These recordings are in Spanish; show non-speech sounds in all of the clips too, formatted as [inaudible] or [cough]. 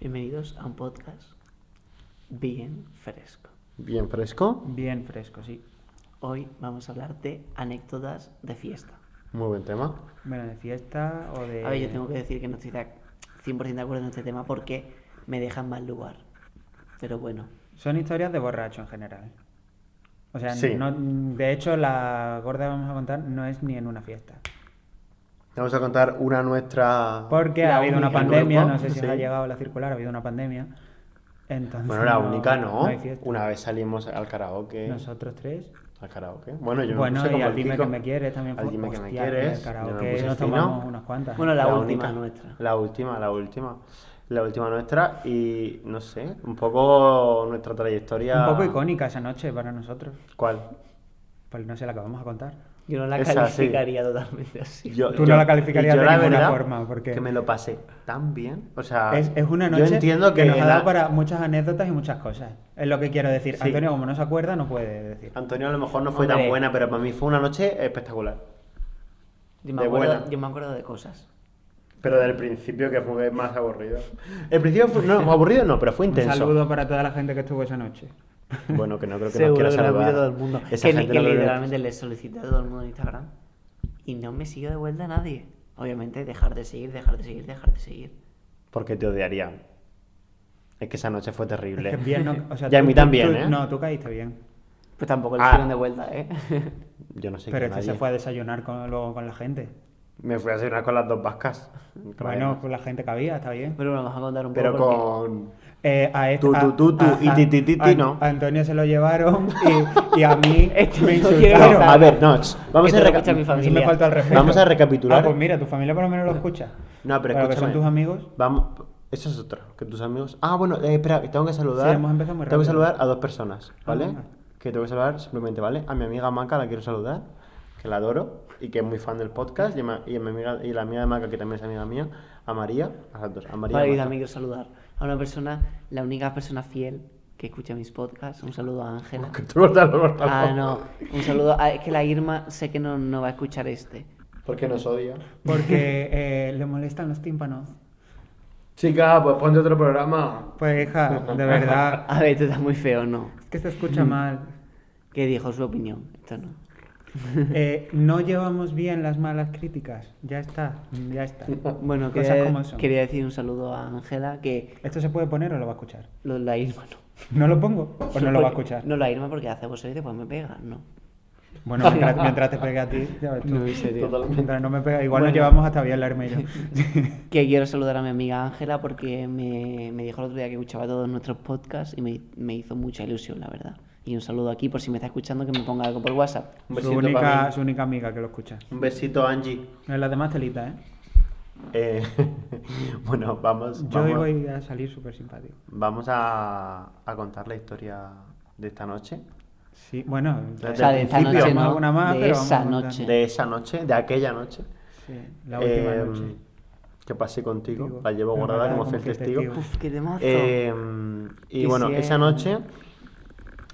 Bienvenidos a un podcast bien fresco. Bien fresco. Bien fresco, sí. Hoy vamos a hablar de anécdotas de fiesta. Muy buen tema. Bueno, de fiesta o de... A Eh. ver, yo tengo que decir que no estoy de ac- 100% de acuerdo en este tema porque me dejan mal lugar. Pero bueno, Son historias de borracho en general. O sea, Sí. no, de hecho, la gorda que vamos a contar no es ni en una fiesta. Vamos a contar una nuestra. Porque La ha habido una única en pandemia, Europa, no sé si sí. os ha llegado la circular, ha habido una pandemia. Entonces, Bueno, la única no. hay fiesta. una vez salimos al karaoke. Nosotros tres. Al karaoke. Bueno, yo bueno, me puse y como al el dime tico. que me quieres también fue Al dime que me hostia, quieres. el yo me karaoke puse este, nos fino. tomamos unas cuantas. Bueno, la- última única- nuestra. La última, la última. La última nuestra y no sé, un poco nuestra trayectoria. Un poco icónica esa noche para nosotros. ¿Cuál? Pues no sé la que vamos a contar. yo no la Esa, sí. calificaría totalmente así. Yo- Tú no la calificarías y yo de la ninguna verdad forma, porque- Que me lo pasé tan bien. O sea, Es, es una noche yo entiendo que, nos ha la- dado para muchas anécdotas y muchas cosas. Es lo que quiero decir. Sí. Ah, Antonio, como no se acuerda, no puede decir. Antonio a lo mejor no fue tan Hombre. buena, pero para mí fue una noche espectacular. Yo me, de acuerdo, buena. yo me acuerdo de cosas. Pero del principio que fue más aburrido. El principio fue, no, aburrido no, pero fue Un intenso. saludo para toda la gente que estuvo esa noche. Bueno, que no creo que nos Seguro quiera que lo saludar. escucha todo el mundo. Esa que gente que no creo que- literalmente le solicité a todo el mundo en Instagram. Y no me siguió de vuelta nadie. Obviamente, dejar de seguir, dejar de seguir, dejar de seguir. Porque te odiarían. Es que esa noche fue [laughs] terrible. Es [laughs] que bien, no- o sea, Y a tú- mí tú- también, tú- ¿eh? No, tú caíste bien. Pues tampoco le Ah. siguieron de vuelta, ¿eh? [laughs] Yo no sé pero qué este se fue a desayunar con- luego con la gente. Me fui a cenar con las dos vascas. Bueno, pues, con la gente que había, está bien. Pero vamos a contar un pero poco. porque- con... Eh, a este, Tú, tú, tú, tú, y ti, ti, ti, ti, a- no. Este a Antonio se [laughs] lo llevaron y, y a mí Esto me no quiero No, insultaron. contar. a ver, no. ch, Vamos Que a, te lo reca- escucha mi Eso familia. me falta el respeto. Vamos a recapitular. Ah, pues mira, tu familia por lo menos lo escucha. No, pero Para lo que escúchame. son tus amigos. Vamos... Eso es otra. Que tus amigos... Ah, bueno, eh, espera, que tengo que saludar... Sí, hemos empezado muy Tengo que rápido. Ah, saludar a dos personas, ¿vale? venga. que tengo que saludar simplemente, ¿vale? A mi amiga Maca la quiero saludar, que la adoro y que es muy fan del podcast. Y, a ma- y a mi amiga, y la amiga de Maca, que también es amiga mía, a María. A las dos, a María. y a Vale, y Maca. [laughs] también quiero saludar a una persona, la única persona fiel que escucha mis podcasts. Un saludo a Ángela. Que tú cortalo, cortalo. Ah, no. Un saludo. A... Es que la Irma sé que no, no va a escuchar este. Porque nos odia. Porque eh, le molestan los tímpanos. Chica, pues ponte otro programa. Pues hija, [laughs] de verdad. A ver, esto está muy feo, ¿no? Es que se Mm. escucha mal. Que dijo su opinión. Esto no. Eh, no llevamos bien las malas críticas. Ya está, ya está. Bueno, Cosas quería, Pues como son. quería decir un saludo a Ángela, que ¿Esto se puede poner o lo va a escuchar? lo, la Irma no. ¿No lo pongo? ¿O Pues no lo va a Porque- escuchar? No, la Irma porque hace voces y después me pega, no. Bueno, [laughs] mientras, mientras te pegue a ti, ya ves tú. No, en serio. Totalmente. Mientras no me pega, igual Bueno. nos llevamos hasta bien la Herma y yo. [laughs] Que quiero saludar a mi amiga Ángela porque me, me dijo el otro día que escuchaba todos nuestros podcasts y me, me hizo mucha ilusión, la verdad. Y un saludo aquí por si me está escuchando que me ponga algo por WhatsApp. Un Su besito, para única, mí. su única amiga que lo escucha. Un besito, Angie. No es las demás telitas, ¿eh? Eh, [laughs] bueno, vamos. Yo vamos. hoy voy a salir súper simpático. Vamos a, a contar la historia de esta noche, Sí, bueno, Desde O sea, de esta principio, noche, ¿no? no. Alguna más, de pero vamos a esa contar. noche. de esa noche, de aquella noche. sí, la última Eh, noche. Que pasé contigo, Contigo. la llevo Es guardada verdad, como como fiel fiel testigo. testigo. Uf, qué temazo. Eh, y Que bueno, sí, esa eh. noche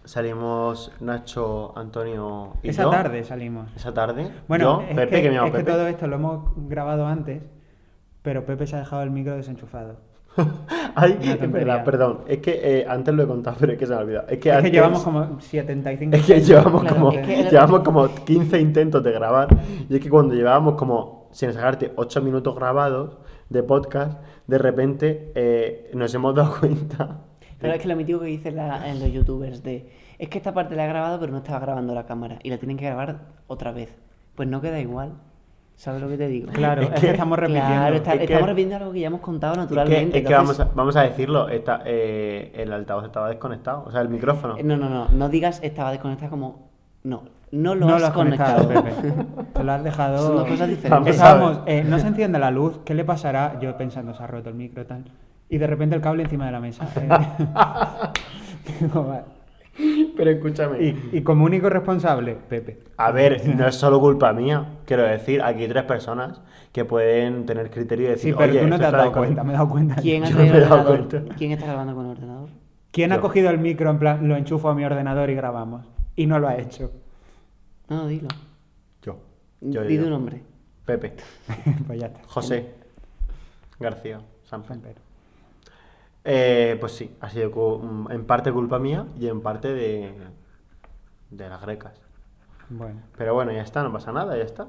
salimos Nacho, Antonio y Esa yo. tarde salimos. Esa tarde. Bueno, yo, es, Pepe, que, que, me llamo es que Pepe. todo esto lo hemos grabado antes, pero Pepe se ha dejado el micro desenchufado. [laughs] Ay, Una es tontería. verdad, perdón. Es que eh, antes lo he contado, pero es que se me ha olvidado. Es que, es que antes- llevamos como [laughs] 75 Es que llevamos, Claro, como, es que- llevamos como 15 intentos de grabar y es que cuando llevábamos como, sin sacarte, 8 minutos grabados de podcast, de repente eh, nos hemos dado [laughs] cuenta. Pero es que lo mítico que dicen la- en los youtubers de es que esta parte la he grabado pero no estaba grabando la cámara y la tienen que grabar otra vez. Pues no queda igual. ¿Sabes lo que te digo? Claro, Es es, que que- estamos repitiendo. Claro, está- Es que- estamos repitiendo algo que ya hemos contado Es que, naturalmente. es que entonces- vamos, a, vamos a decirlo, está, eh, el altavoz estaba desconectado, o sea, el micrófono. Eh, No, no, no, no digas estaba desconectada como... No, no lo no has lo has conectado. conectado, Pepe. Te lo has dejado. Son dos cosas diferentes. Vamos, Estábamos, a eh, no se enciende la luz, ¿qué le pasará? Yo pensando, se ha roto el micro tal. Y de repente el cable encima de la mesa. [laughs] eh. Digo, vale. Pero escúchame. y, y como único responsable, Pepe. A ver, no es solo culpa mía, quiero decir, aquí hay tres personas que pueden tener criterio y decir, Sí, pero oye, tú no esto te has está dado desconectado. cuenta, me he dado cuenta. ¿Quién, ha Yo traído me he el dado ordenador? cuenta. ¿Quién está grabando con el ordenador? ¿Quién ha Yo. cogido el micro en plan, lo enchufo a mi ordenador y grabamos? Y no lo [laughs] ha hecho. No, no, dilo. Yo. Yo, Di yo. tu nombre. Pepe. pues ya está. José. García. San Pedro. San Pedro. Eh, pues sí, ha sido cu- mm, en parte culpa mía y en parte de, de las grecas. Bueno. Pero bueno, ya está, no pasa nada, ya está.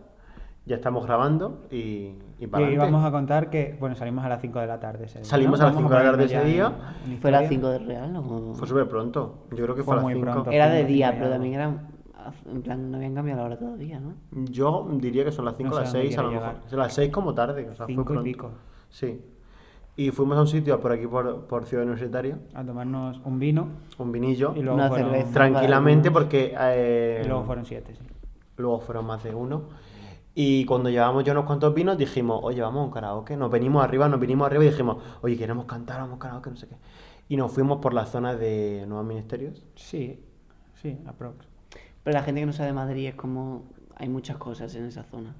Ya estamos grabando y, y Y para ahí adelante. vamos a contar que, bueno, salimos a las 5 de la tarde ese día. Salimos ¿no? a las 5 Vamos de la ponerlo tarde ese ya en- día. en ¿Fue a las historia. 5 de real o...? Fue súper pronto. Yo creo que Fue fue, muy a las 5. pronto. Era de cinco, día, cinco y pero algo. también eran... En plan, no habían cambiado la hora todavía, ¿no? Yo diría que son las 5 No o sé las a dónde 6 a lo quiero mejor. llegar. O sea, las 6 como tarde. O sea, fue Cinco y pronto. pico. Sí. Y fuimos a un sitio por aquí, por, por Ciudad Universitaria, A tomarnos un vino un vinillo, y luego, Una fueron, cerveza. tranquilamente Vale. porque... eh, y luego fueron siete. sí. Luego fueron más de uno. Y cuando llevamos ya unos cuantos vinos, dijimos, oye, vamos a un karaoke. Nos venimos arriba, nos vinimos arriba y dijimos, oye, queremos cantar, vamos a un karaoke, no sé qué. Y nos fuimos por la zona de Nuevos Ministerios. Sí, sí, aprox. Pero la gente que no sabe de Madrid es como... Hay muchas cosas en esa zona.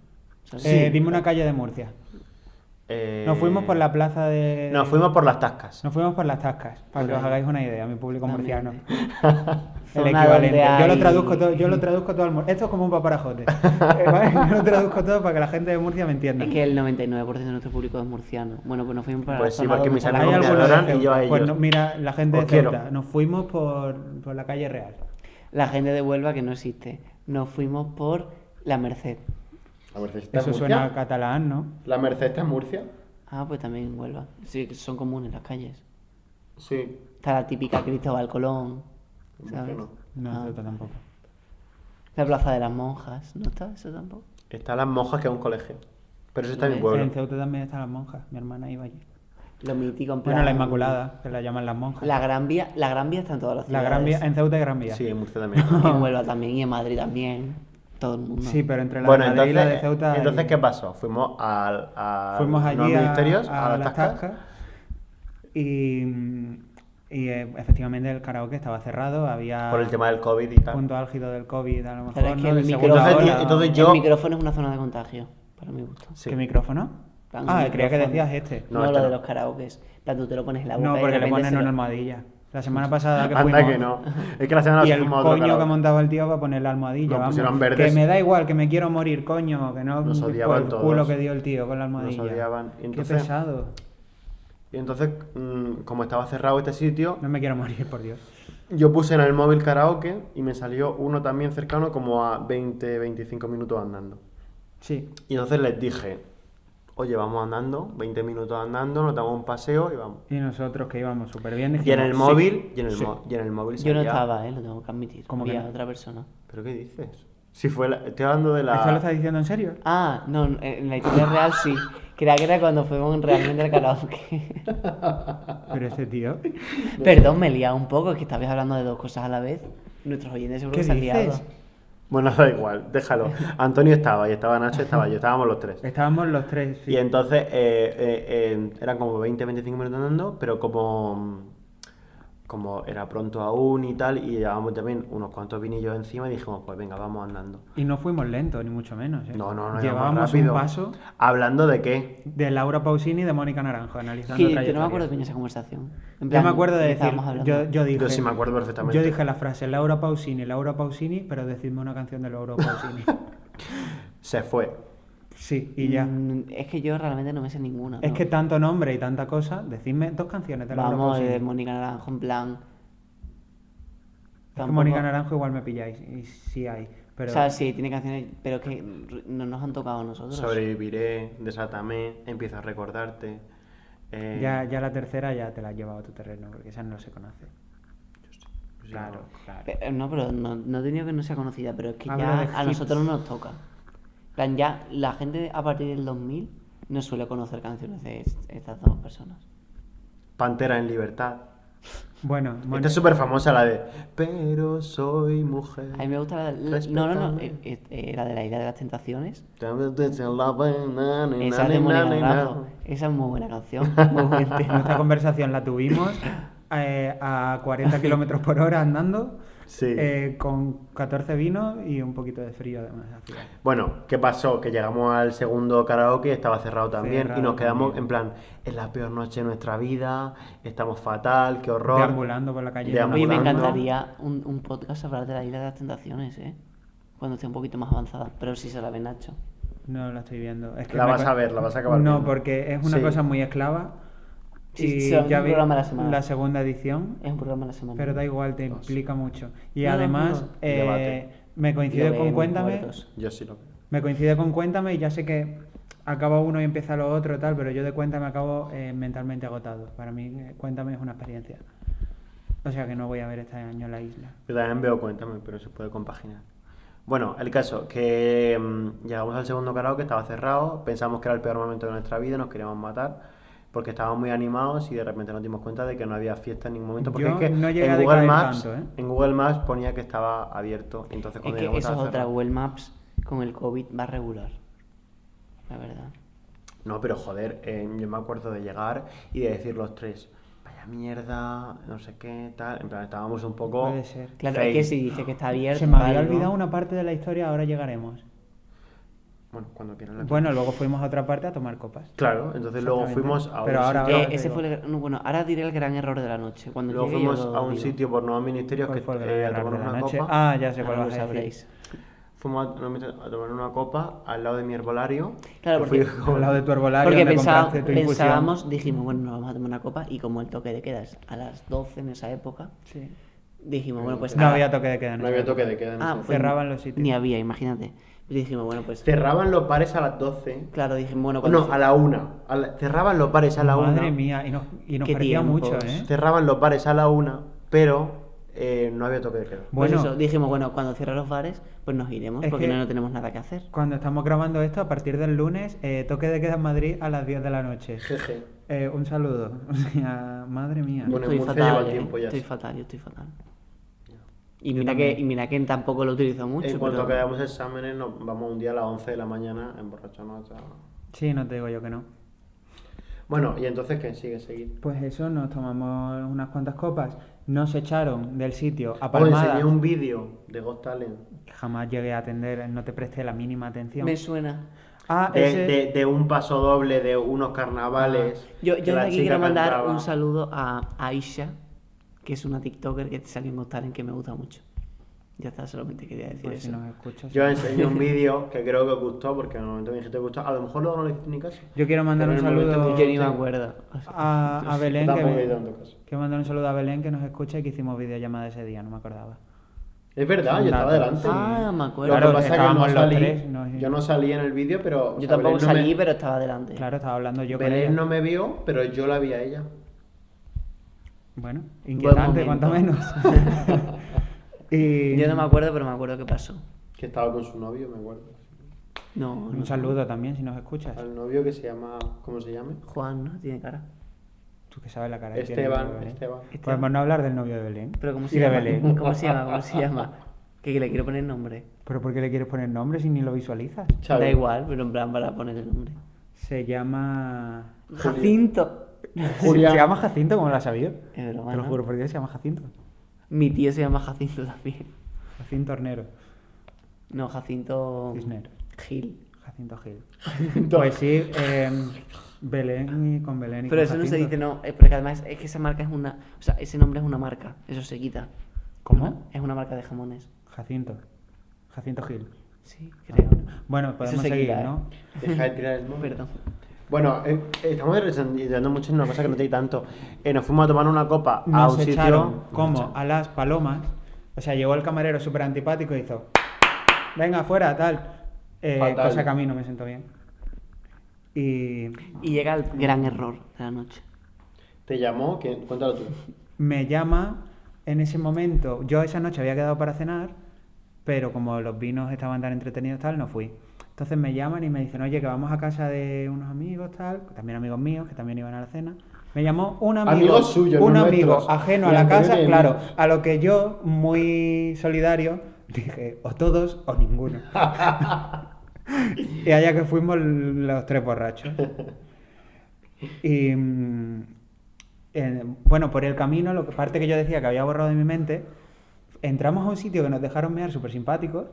¿sabes? Sí. Eh, dime una calle de Murcia. Eh, Nos fuimos por la plaza de... Nos fuimos por las tascas. Nos fuimos por las tascas, para que Por os ahí. hagáis una idea, mi público También, murciano. ¿eh? El Zona equivalente. donde Yo lo hay- traduzco todo, yo lo traduzco todo al mur- Esto es como un [laughs] paparajote. Eh, ¿vale? Yo lo traduzco todo para que la gente de Murcia me entienda. Es que el 99% de nuestro público es murciano. Bueno, pues nos fuimos para la Pues sí, zona porque donde mis está la- amigos Hay me algunos de adoran y Ceuta. yo a Pues ellos. no, mira, la gente Os de Ceuta. quiero. Nos fuimos por, por la calle Real. La gente de Huelva que no existe. Nos fuimos por la Merced. La Merced está en Eso Murcia. suena a catalán, ¿no? La Merced está en Murcia. Ah, pues también en Huelva. Sí, que son comunes las calles. Sí. Está la típica Cristóbal Colón. Como ¿sabes? que no. No, Ah, Ceuta tampoco. la Plaza de las Monjas. ¿No está eso tampoco? Está Las Monjas, que es un colegio. Pero eso está en mi ¿Ves? En pueblo. Ceuta también están las monjas. Mi hermana iba allí. Lo mítico en plan... Bueno, la Inmaculada, que la llaman las monjas. La Gran Vía. La Gran Vía está en todas las La ciudades. Gran Vía, en Ceuta y Gran Vía. Sí, en Murcia [laughs] también. [laughs] En Huelva también y en Madrid también. Todo el mundo. Sí, pero entre la bueno, de Madrid y entonces, la de Ceuta. hay- entonces ¿qué pasó? Fuimos al, a Fuimos allí Nuevos a, Ministerios, a a, las las tascas. tascas y, y, eh, efectivamente el karaoke estaba cerrado, había Por el tema del COVID y tal. punto álgido del COVID a lo mejor, Pero es que ¿no? el De segunda micrófono, Entonces, ola. entonces el yo- micrófono es una zona de contagio, para mi gusto. Sí. ¿Qué micrófono? Plan, ah, el creía que micrófono. decías este. No, No, lo este de no. los karaokes. En plan, tú te lo pones en la boca. No, y de porque le repente ponen se una lo- almohadilla. La semana pasada que Anda fuimos... que no. Es que la semana Y nos el fuimos a otro coño que karaoke. montaba el tío para poner la almohadilla. Nos vamos. pusieron verdes. Que me da igual, que me quiero morir, coño. Que no Nos por odiaban el todos. culo que dio el tío con la almohadilla. odiaban. Y Qué entonces- pesado. Y entonces, mm, como estaba cerrado este sitio, No me quiero morir, por Dios. yo puse en el móvil karaoke y me salió uno también cercano como a 20, 25 minutos andando. Sí. Y entonces les dije, oye, vamos andando, 20 minutos andando, nos damos un paseo y vamos. Y nosotros que íbamos súper bien. Y en dijimos, el sí, móvil, y en el, sí. mo- y en el móvil Yo no salía- estaba, ¿eh? lo tengo que admitir. ¿Cómo que Había no? otra persona. ¿Pero qué dices? Si fue la- Estoy hablando de la... ¿Esto lo estás diciendo en serio? Ah, no, en la historia real sí. Creía que era cuando fuimos realmente al karaoke. [laughs] Pero este tío. Perdón, me he liado un poco, es que estabas hablando de dos cosas a la vez. Nuestros oyentes seguro ¿Qué que se han liado. dices? Bueno, [laughs] da igual, [laughs] déjalo. Antonio estaba, y estaba Nacho, estaba yo, estábamos los tres. Estábamos los tres. sí. Y entonces eh, eh, eh, eran como 20, 25 minutos andando, pero como, como era pronto aún y tal, y llevábamos también unos cuantos vinillos encima, y dijimos, pues venga, vamos andando. Y no fuimos lentos, ni mucho menos. ¿eh? No, no, no, íbamos Llevábamos un rápido. paso ¿Hablando de qué? de Laura Pausini y de Mónica Naranjo, Es analizando que yo no me trayectorias. acuerdo bien esa conversación. En Yo plan, me acuerdo de ¿qué decir, estábamos hablando? yo, yo dije, Yo sí me acuerdo perfectamente. yo dije la frase Laura Pausini, Laura Pausini, pero decidme una canción de [laughs] Laura Pausini. Se fue. sí, y ya. Mm, Es que yo realmente no me sé ninguna. Es ¿no? que tanto nombre y tanta cosa, decidme dos canciones de Laura Vamos, Pausini. de Mónica Naranjo, en plan. Es que Tampoco- Mónica Naranjo igual me pilláis, y sí hay. Pero O sea, sí, tiene canciones, pero que no nos han tocado a nosotros. Sobreviviré, desátame, empiezo a recordarte. eh, ya, ya la tercera ya te la has llevado a tu terreno, porque esa no se conoce. pues sí, claro, no. claro. Pe- eh, no, pero no, no he tenido que no sea conocida, pero es que Habla ya de a hits. nosotros no nos toca. En plan, ya la gente a partir del 2000 no suele conocer canciones de est- estas dos personas. Pantera en libertad. Bueno, Mónica- Esta es súper famosa la de Pero soy mujer. A mí me gusta la de... la- No, no, no, eh, eh, eh, la de la Isla de las Tentaciones. Esa es de Mónica Naranjo. Esa es muy buena [laughs] canción, muy buen tema. Nuestra conversación la tuvimos eh, a 40 kilómetros por hora andando, Sí. eh, con 14 vinos y un poquito de frío además. hacía. Bueno, ¿qué pasó? Que llegamos al segundo karaoke, estaba cerrado también y nos Cerrado quedamos también. en plan, es la peor noche de nuestra vida, estamos fatal, qué horror. Deambulando por la calle. Deambu- Oye, me Hablando. encantaría un, un podcast hablar de la Isla de las Tentaciones, ¿eh? Cuando esté un poquito más avanzada, pero sí se la ve Nacho. No la estoy viendo. Es que La me vas pa- a ver, la vas a acabar No, viendo. porque es una Sí. cosa muy esclava. Sí, y sí, un ya vi programa a la semana. segunda edición, Es un programa a la semana. pero da igual, te Dos. implica mucho. Y No, no, además, no. eh, Debate. me coincide Lo con ven Cuéntame, muertos. Yo sí lo veo. me coincide con Cuéntame y ya sé que acaba uno y empieza lo otro tal, pero yo de Cuéntame acabo eh, mentalmente agotado. Para mí eh, Cuéntame es una experiencia. O sea que no voy a ver este año la isla. Yo también veo cuéntame, pero se puede compaginar. Bueno, el caso, que mm, llegamos al segundo karaoke, estaba cerrado, pensamos que era el peor momento de nuestra vida, nos queríamos matar, porque estábamos muy animados y de repente nos dimos cuenta de que no había fiesta en ningún momento, porque Yo es que no llegué a en, Google decaer Maps, tanto, ¿eh? en Google Maps ponía que estaba abierto, entonces Es cuando que esa llegamos es estaba otra. cerrado. Google Maps con el COVID va regular. La verdad. No, pero joder, eh, yo me acuerdo de llegar y de decir los tres, vaya mierda, no sé qué, tal, en plan, estábamos un poco... Puede ser. Claro, fail. es que si dice que está abierto. Se me había algo- olvidado una parte de la historia, ahora llegaremos. Bueno, cuando quieras la- Bueno, luego fuimos a otra parte a tomar copas. Claro, entonces luego Exactamente. fuimos a Pero un ahora- sitio- Eh, ahora te ese digo. fue el gran- Bueno, ahora diré el gran error de la noche. Cuando Luego llegue fuimos yo lo a un digo. sitio por nuevos ministerios que ¿Cuál fue el eh, a gran error tomarnos de la una noche? copa. Ah, ya sé cuál Ahora lo vas a decir. sabréis. Fuimos a, no, me- a tomar una copa al lado de mi herbolario. Claro, que fui porque- [laughs] con- Al lado de [laughs] tu herbolario Porque donde pensaba- compraste tu infusión. pensábamos, dijimos, bueno, nos vamos a tomar una copa. Y como el toque de queda es a las 12 en esa época, Sí. dijimos, bueno, pues. No ahora- había toque de queda. en No esa había época. toque de queda. en Ah, ese- pues Cerraban los sitios. Ni había, imagínate. Y dijimos, bueno, pues. Cerraban los bares a las 12. Claro, dijimos, bueno, cuando. No, a la 1. Cerraban los bares a la 1. Madre mía, y nos, y nos Qué perdía tiempos. mucho, ¿eh? Cerraban los bares a la 1, pero eh, no había toque de queda. pues Bueno, eso, dijimos, bueno, cuando cierren los bares, pues nos iremos, Es porque que- no, no tenemos nada que hacer. cuando estamos grabando esto, a partir del lunes, eh, toque de queda en Madrid a las 10 de la noche. Jeje. Eh, un saludo. [laughs] O sea, madre mía. Bueno, en estoy Murcia lleva fatal, el eh, tiempo ya, estoy sí. fatal, yo estoy fatal. Y mira, que, y mira que tampoco lo utilizo mucho. en cuanto pero- acabemos exámenes, nos vamos un día a las 11 de la mañana emborrachándonos. hasta- Sí, no te digo yo que no. Bueno, y entonces, ¿qué? Sigue, seguir. Pues eso, nos tomamos unas cuantas copas. Nos echaron del sitio a Os palmadas. enseñé un vídeo de Ghost Talent. Jamás llegué a atender, no te presté la mínima atención. Me suena. Ah, de, ese- de- de un paso doble, de unos carnavales. Ah. Yo, que yo desde la aquí chica quiero mandar cantaba. un saludo a Aisha, que es una TikToker que salió en Got Talent que me gusta mucho. Ya está, solamente quería decir Pues si eso. nos escuchas. Yo enseñé un vídeo que creo que os gustó, porque en el momento me dijiste que gustó. A lo mejor luego no le hiciste ni caso. Yo quiero mandar un Pero en el momento saludo Yo ni me acuerdo. O sea, a, a Belén, que, Tampoco me- he ido dando caso. que mandar un saludo a Belén que nos escucha y que hicimos videollamada ese día, no me acordaba. Es verdad, yo estaba delante. Ah, me acuerdo. Lo que Claro, pasa es que no estábamos los salí. tres, no- Yo no salí en el vídeo, pero. o yo sea, tampoco Belén no me- salí, pero estaba delante. Claro, estaba hablando yo con ella. Belén no me vio, pero yo la vi a ella. Bueno, inquietante, cuanto momento. menos. [laughs] [laughs] Eh, y Yo no me acuerdo, pero me acuerdo qué pasó. Que estaba con su novio, me acuerdo. No, no. un saludo también si nos escuchas. Al novio que se llama. ¿Cómo se llama? Juan no tiene cara. Tú que sabes la cara que ¿eh? tiene el Esteban. novio de Belén. Esteban. Podemos no hablar del novio de Belén. Pero ¿cómo se y de llama? Belén. [laughs] ¿Cómo se llama? ¿Cómo se llama? Que le quiero poner nombre. Pero ¿por qué le quieres poner nombre si ni lo visualizas? Xavi. Da igual, pero en plan para poner el nombre. Se llama. Jacinto. Julián. [laughs] Se llama Jacinto, ¿cómo lo has sabido? [laughs] Es broma, Te lo ¿no? juro, por Dios, se llama Jacinto. Mi tío se llama Jacinto también. Jacinto Hornero. No, Jacinto Cisneros. Gil. Oh. Jacinto Gil. Jacinto. Pues sí, eh, Belén y con Belén y Pero con eso no se Jacinto. dice, no, eh, porque además es que esa marca es una. O sea, ese nombre es una marca, eso se quita. ¿Cómo? Es una marca de jamones. Jacinto. Jacinto Gil. Sí, creo. Bueno, podemos se seguir, quita, ¿eh? ¿no? Deja de tirar el móvil. Perdón. Bueno, eh, estamos enseñando mucho en una cosa que no tiene tanto. Eh, nos fuimos a tomar una copa a Nos un echaron sitio. como a las palomas. O sea, llegó el camarero súper antipático y hizo. Venga, fuera, tal. Eh, Fatal. cosa que a mí no me siento bien. Y Y llega el gran error de la noche. Te llamó, ¿Quién? cuéntalo [laughs] tú. me llama en ese momento. Yo esa noche había quedado para cenar, pero como los vinos estaban tan entretenidos, tal, no fui. Entonces me llaman y me dicen, oye, que vamos a casa de unos amigos, tal, que también amigos míos, que también iban a la cena. Me llamó un amigo, Amigos suyos, un no amigo nuestros. ajeno a Ni la Antonio casa, ni a mí. claro, a lo que yo, muy solidario, dije, o todos o [laughs] ninguno. y allá que fuimos los tres borrachos. Y mm, eh, bueno, por el camino, lo que parte que yo decía que había borrado de mi mente, entramos a un sitio que nos dejaron mear súper simpáticos.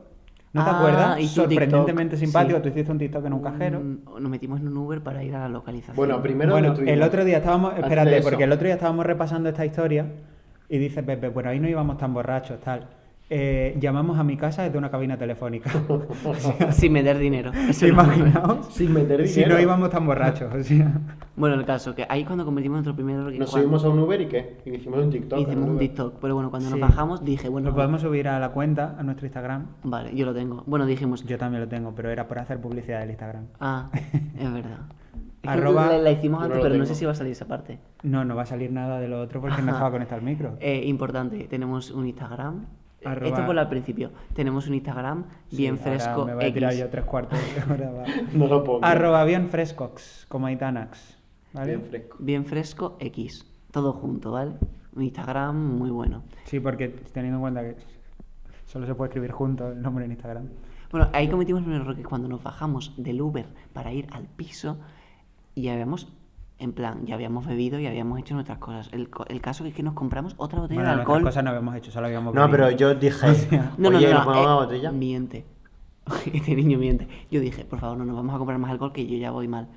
¿No te Ah, acuerdas? hice un Sorprendentemente TikTok, simpático. sí. Tú hiciste un TikTok en un cajero. Mm, Nos metimos en un Uber para ir a la localización. Bueno, primero bueno, lo tuvimos. el otro día estábamos, Antes de espérate, eso. porque el otro día estábamos repasando esta historia y dice Pepe, bueno, ahí no íbamos tan borrachos, tal. eh, llamamos a mi casa desde una cabina [laughs] telefónica. [laughs] Sin meter dinero. Eso ¿Te no- imaginaos? Sin meter [laughs] Si dinero. no íbamos tan borrachos. o sea. Bueno, el caso, que ahí es cuando cometimos nuestro primer error. que Nos cuando- subimos a un Uber y qué? Y hicimos un TikTok. en Hicimos un Uber. TikTok, pero bueno, cuando nos Sí. bajamos dije, bueno, Lo podemos subir a la cuenta, a nuestro Instagram. vale, yo lo tengo. Bueno, dijimos, Yo también lo tengo, pero era por hacer publicidad del Instagram. ah, es [laughs] verdad. Es que Arroba- la, la hicimos Yo no antes, lo pero no sé tengo. si va a salir esa parte. No, no va a salir nada de lo otro porque no Ajá. estaba conectado al micro. Eh, importante, tenemos un Instagram. Eh, Arroba- Esto por al principio. Tenemos un Instagram bien Sí, ahora fresco. Me voy a X. tirar yo tres cuartos. [laughs] ahora va. No lo pongo. Arroba bien frescox, como Itanax. ¿Vale? Bien fresco. Bien fresco X. Todo junto, ¿vale? Un Instagram muy bueno. Sí, porque teniendo en cuenta que solo se puede escribir junto el nombre en Instagram. Bueno, ahí cometimos un error que cuando nos bajamos del Uber para ir al piso, ya habíamos, en plan, ya habíamos bebido y habíamos hecho nuestras cosas. El, co- el caso es que nos compramos otra botella Bueno, de otras alcohol. cosas no habíamos hecho, solo habíamos No, bebido. pero yo [laughs] dije. No, no, Oye, no, ¿nos no, ponemos una eh, botella? Miente. [laughs] este niño miente. Yo dije, por favor, no nos vamos a comprar más alcohol que yo ya voy mal.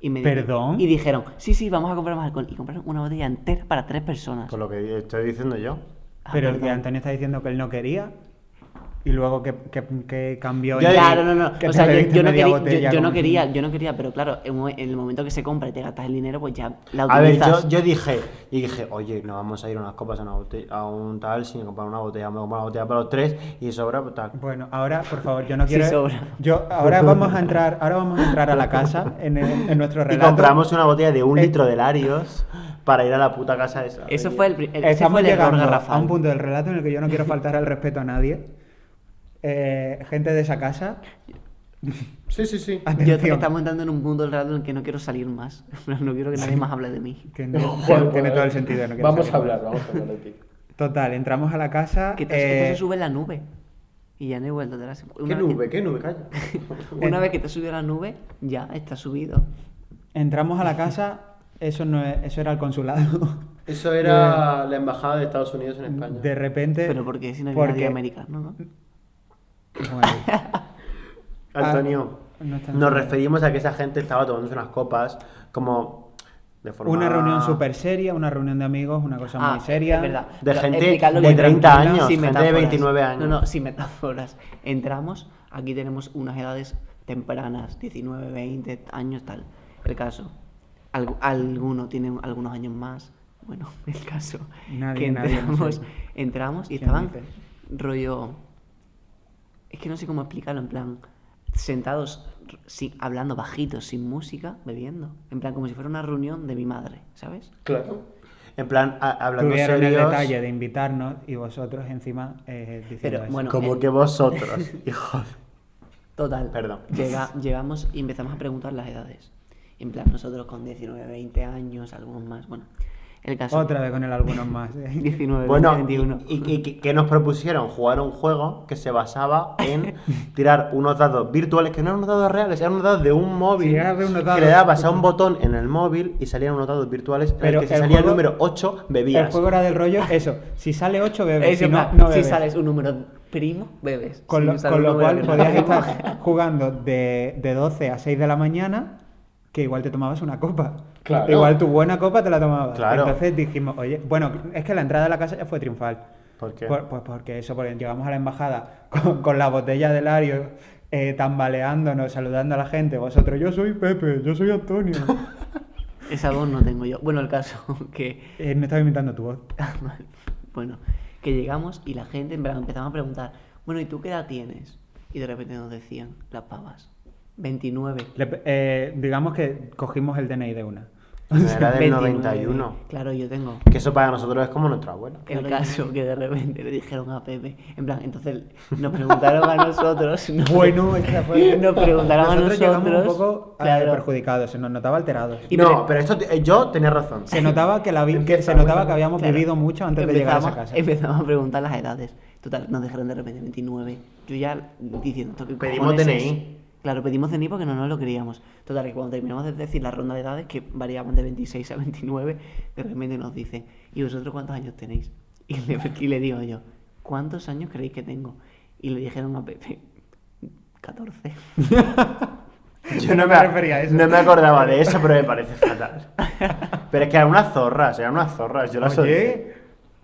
Y me di- ¿Perdón? Y dijeron, sí, sí, vamos a comprar más alcohol. Y compraron una botella entera para tres personas. Por lo que estoy diciendo yo. Ah, Pero perdón. que Antonio está diciendo que él no quería y luego que, que, que cambió. Yo en- Claro, no, no. que O te sea, yo, bebiste yo no media quería, yo, botella yo no con- quería, yo no quería, pero claro, en, mo- en el momento que se compra y te gastas el dinero, pues ya la A ver, utilizas. yo, yo dije, y dije, oye, no vamos a ir a unas copas a, una bote- a un tal sin comprar una botella, vamos a comprar una botella para los tres y sobra pues, tal. Bueno, ahora, por favor, yo [laughs] no Sí, quiero. sobra. Yo, ahora vamos a entrar, ahora vamos a entrar a la casa en, el- en nuestro Y relato. compramos una botella de un Eh, litro de Larios para ir a la puta casa esa. Eso Oye, fue el, pri- el- ese fue Estamos el error llegando a garrafal. un punto del relato en el que yo no quiero faltar al respeto a nadie. Eh, gente de esa casa, Sí, sí, sí. Yo- atención. estamos entrando en un punto del rato en el que no quiero salir más. [laughs] No quiero que nadie más hable de mí. que no- Joder, tiene joder. todo el sentido. no quiero pues, vamos salir a más. hablar, vamos [laughs] a hablar de ti. Total, entramos a la casa. Que te- eh, esto se sube en la nube. Y ya no he vuelto atrás. ¿Qué Una, vez nube? ¿Qué [laughs] nube? Calla. que- una vez que te subió a la nube, ya está subido. Entramos a la casa, eso, no es- eso era el consulado. Eso era la embajada de Estados Unidos en España. De repente. Pero porque si no había nadie porque- americano, ¿no? Bueno, Antonio, Ah, no está nos bien. referimos a que esa gente estaba tomándose unas copas como de forma... una reunión súper seria, una reunión de amigos, una cosa Ah, muy seria. es verdad. De Pero gente explicarlo de bien. 30 años, Sin gente de 29 años. No, no, sin metáforas. Entramos, aquí tenemos unas edades tempranas, 19, 20 años, tal. El caso. Algu- alguno tiene un- algunos años más. Bueno, [laughs] el caso. Nadie, que nadie, no entramos, sé. entramos y ¿Quién estaban dice? rollo. Es que no sé cómo explicarlo, en plan. Sentados, r- sin- hablando bajito, sin música, bebiendo. En plan, como si fuera una reunión de mi madre, ¿sabes? Claro. En plan, a- hablando Tuvieron el serios, detalle de invitarnos y vosotros encima eh, diciendo Pero, eso. bueno, como eh, que vosotros, [laughs] hijo de- Total. Perdón. [laughs] Llega- llegamos y empezamos a preguntar las edades. En plan, nosotros con 19, 20 años, algunos más. Bueno, el caso. Otra vez con el algunos [laughs] más. eh. 19, Bueno, 20, 21. y, y- y que- que nos propusieron jugar un juego que se basaba [laughs] en tirar unos dados virtuales, que no eran unos dados reales, eran unos dados de un móvil. Sí, eran de unos Que dados. le dabas a un botón en el móvil y salían unos dados virtuales. en el Pero que si el salía el juego- número 8, bebías. El juego era del rollo, eso. Si sale 8, bebes. Eso, si en no, plan, no bebes. si sales un número primo, bebes. Con Si lo, no sale con un lo número cual que no podías primo, estar [laughs] jugando de, de 12 a 6 de la mañana, que igual te tomabas una copa. Claro. Igual tu buena copa te la tomabas. Claro. Entonces dijimos, oye, bueno, es que la entrada a la casa ya fue triunfal. ¿Por qué? Por- pues porque eso, porque llegamos a la embajada con, con la botella de Lario, eh, tambaleándonos, saludando a la gente. Vosotros, yo soy Pepe, yo soy [laughs] Antonio. [laughs] Esa voz no tengo yo. Bueno, el caso [laughs] que. Eh, me estaba inventando tu voz. bueno, que llegamos y la gente en plan, empezamos a preguntar, bueno, ¿y tú qué edad tienes? Y de repente nos decían, las pavas, 29. Le- eh, digamos que cogimos el DNI de una. Era del 29. 91. Claro, yo tengo Que eso para nosotros es como nuestra abuela. Eh, El [laughs] caso que de repente le dijeron a Pepe, en plan, entonces nos preguntaron a nosotros, [laughs] nos, [laughs] Bueno, esta fue... [laughs] nos preguntaron a nosotros llegamos un nosotros, poco eh, claro, perjudicados, se nos notaba alterados. Y no, tre- pero esto te- eh, yo tenía razón. Se notaba que, [laughs] la vi- que se Empezamos, notaba que habíamos claro. vivido mucho antes de llegar a esa casa. empezamos a preguntar las edades, total, nos dejaron de repente 29, yo ya diciendo, "¿Esto qué Pedimos cojones DNI. es?". Claro, pedimos DNI porque no nos lo queríamos. Total, que cuando terminamos de decir la ronda de edades, que variaban de 26 a 29, de repente nos dicen, ¿y vosotros cuántos años tenéis? Y le, y le digo yo, ¿cuántos años creéis que tengo? Y le dijeron a Pepe, 14. [laughs] Yo [laughs] no me, Me refería a eso. no me acordaba de eso, pero me [laughs] parece fatal. Pero es que eran unas zorras, eran unas zorras. Yo las Oye. odié.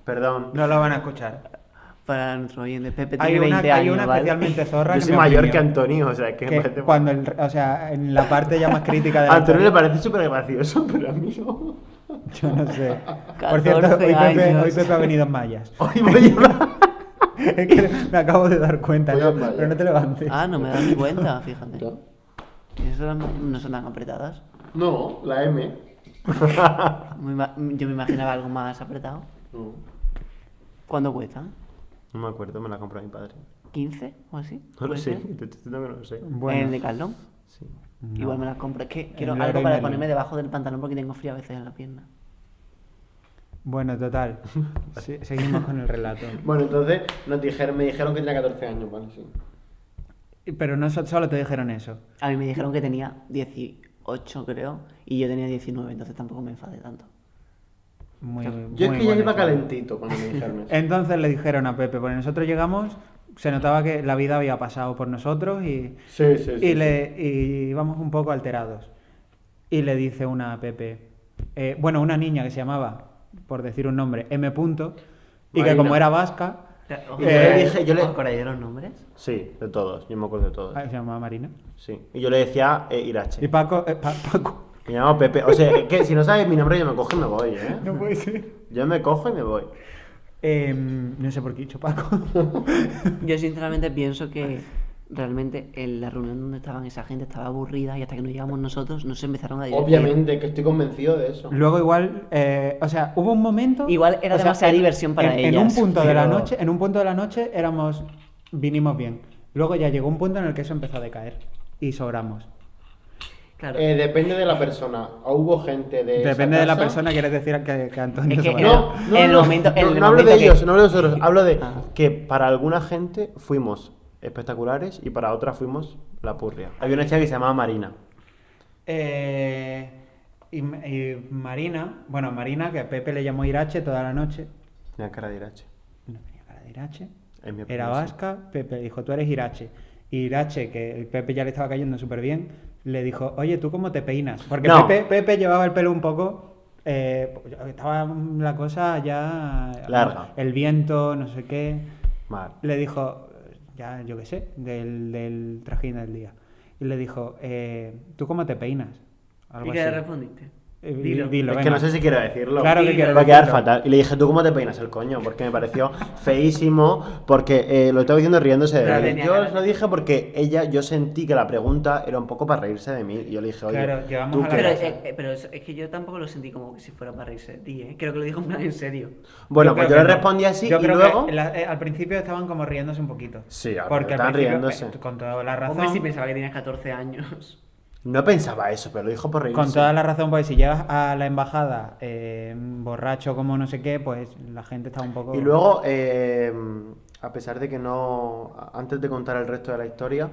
Perdón. No lo van a escuchar. para nuestro oyente. Pepe tiene Hay una, 20 hay años, una ¿vale? especialmente zorra. Yo que soy me mayor oprimió. que Antonio, o sea, que, me Que parece- cuando el- o sea, en la parte ya más crítica de A la Antonio le historia- parece súper gracioso, pero a mí [laughs] no. Yo no sé. Por cierto, 14 hoy Pepe, años. hoy Pepe ha venido en mallas. [laughs] Hoy voy a llorar. Es que me acabo de dar cuenta, Voy ¿no? en mallas. pero no te levantes. [laughs] Ah, no me he dado ni cuenta, fíjate. Esas eran- no son tan apretadas. No, la [laughs] M. Me ima- Yo me imaginaba algo más apretado. No. ¿Cuánto cuestan? No me acuerdo, me la compró mi padre. ¿15 o así? No lo ¿Puede sé, ser? te estoy diciendo que no lo sé. ¿En el Bueno, de Caldón? Sí. no. Igual me las compro. Es que quiero Loro algo y para Merlin. ponerme debajo del pantalón porque tengo frío a veces en la pierna. Bueno, total. Sí, seguimos con el relato. Bueno, entonces nos dijeron, me dijeron que tenía 14 años, ¿vale? Sí. Pero no so- solo te dijeron eso. A mí me dijeron que tenía 18, creo, y yo tenía 19, entonces tampoco me enfadé tanto. Muy, Yo muy es que ya buena iba historia. calentito cuando me [laughs] dijeron eso. Entonces le dijeron a Pepe, porque nosotros llegamos, se notaba que la vida había pasado por nosotros y, Sí, sí, sí. y, le, y íbamos un poco alterados. Y le dice una a Pepe, eh, bueno, una niña que se llamaba, por decir un nombre, M. Punto, y que Marina. como era vasca, Y yo le dije, yo le... ¿Os acordáis de los nombres? Sí, de todos, yo me acuerdo de todos. ah, se llamaba Marina. Sí. Y yo le decía eh, Y Irache. Paco, eh, Pa- Paco, [laughs] Me llamo Pepe. O sea, es que si no sabes mi nombre, yo me cojo y me voy, ¿eh? no puede ser. Yo me cojo y me voy. Em, no sé por qué he dicho Paco. [laughs] Yo sinceramente pienso que realmente en la reunión donde estaban esa gente estaba aburrida y hasta que no llegamos nosotros no se empezaron a divertir. Obviamente, que estoy convencido de eso. Luego igual, eh, o sea, hubo un momento. Igual era o sea, demasiada en- diversión para en, En ellas, un punto de la pero- noche, en un punto de la noche éramos, vinimos bien. Luego ya llegó un punto en el que eso empezó a decaer y sobramos. Claro. Eh, depende de la persona. ¿O hubo gente de. esa Depende de la casa? persona, quieres decir que, que Antonio Es que se va. No, no, En el no, momento- no, en el no hablo de momento que- ellos, no hablo de nosotros. Hablo de Ah. que para alguna gente fuimos espectaculares y para otra fuimos la purria. Había una chica que se llamaba Marina. Eh, y, y Marina, bueno, Marina, que Pepe le llamó Irache toda la noche. Tenía cara de Irache. No tenía cara de Irache. en mi opinión, Era sí. vasca, Pepe le dijo, tú eres Irache. Y Irache, que el Pepe ya le estaba cayendo súper bien, le dijo, oye, ¿tú cómo te peinas? Porque No. Pepe, Pepe llevaba el pelo un poco... eh, estaba la cosa ya... Larga. El viento, no sé qué. Mal. Le dijo, ya yo qué sé, del, del trajín del día. Y le dijo, eh, ¿tú cómo te peinas? Algo ¿Y qué le así. respondiste? Eh, di- Dilo. dilo, es que venga. no sé si quiero decirlo. Claro que Sí, quiero Va a quedar decirlo. fatal. Y le dije, ¿tú cómo te peinas el coño? Porque me pareció feísimo, porque eh, lo estaba diciendo riéndose de Pero mí. tenía Yo cara os lo de- dije porque ella, yo sentí que la pregunta era un poco para reírse de mí. Y yo le dije, oye, Claro, llegamos ¿tú a la qué Pero, casa. haces?". eh, eh, pero es, es que yo tampoco lo sentí como que si fuera para reírse de ti, ¿eh? Creo que lo dijo en plan en serio. Bueno, Yo pues yo creo le que no. respondí así Yo y creo que luego... la- eh, al principio estaban como riéndose un poquito. Sí, al porque principio estaban al principio, riéndose. eh, Con toda la razón. Hombre, si pensaba que tenías 14 años. No pensaba eso, pero lo dijo por reírse. Con toda la razón, porque si llegas a la embajada eh, borracho como no sé qué, pues la gente está un poco. Y luego, eh, a pesar de que no, antes de contar el resto de la historia,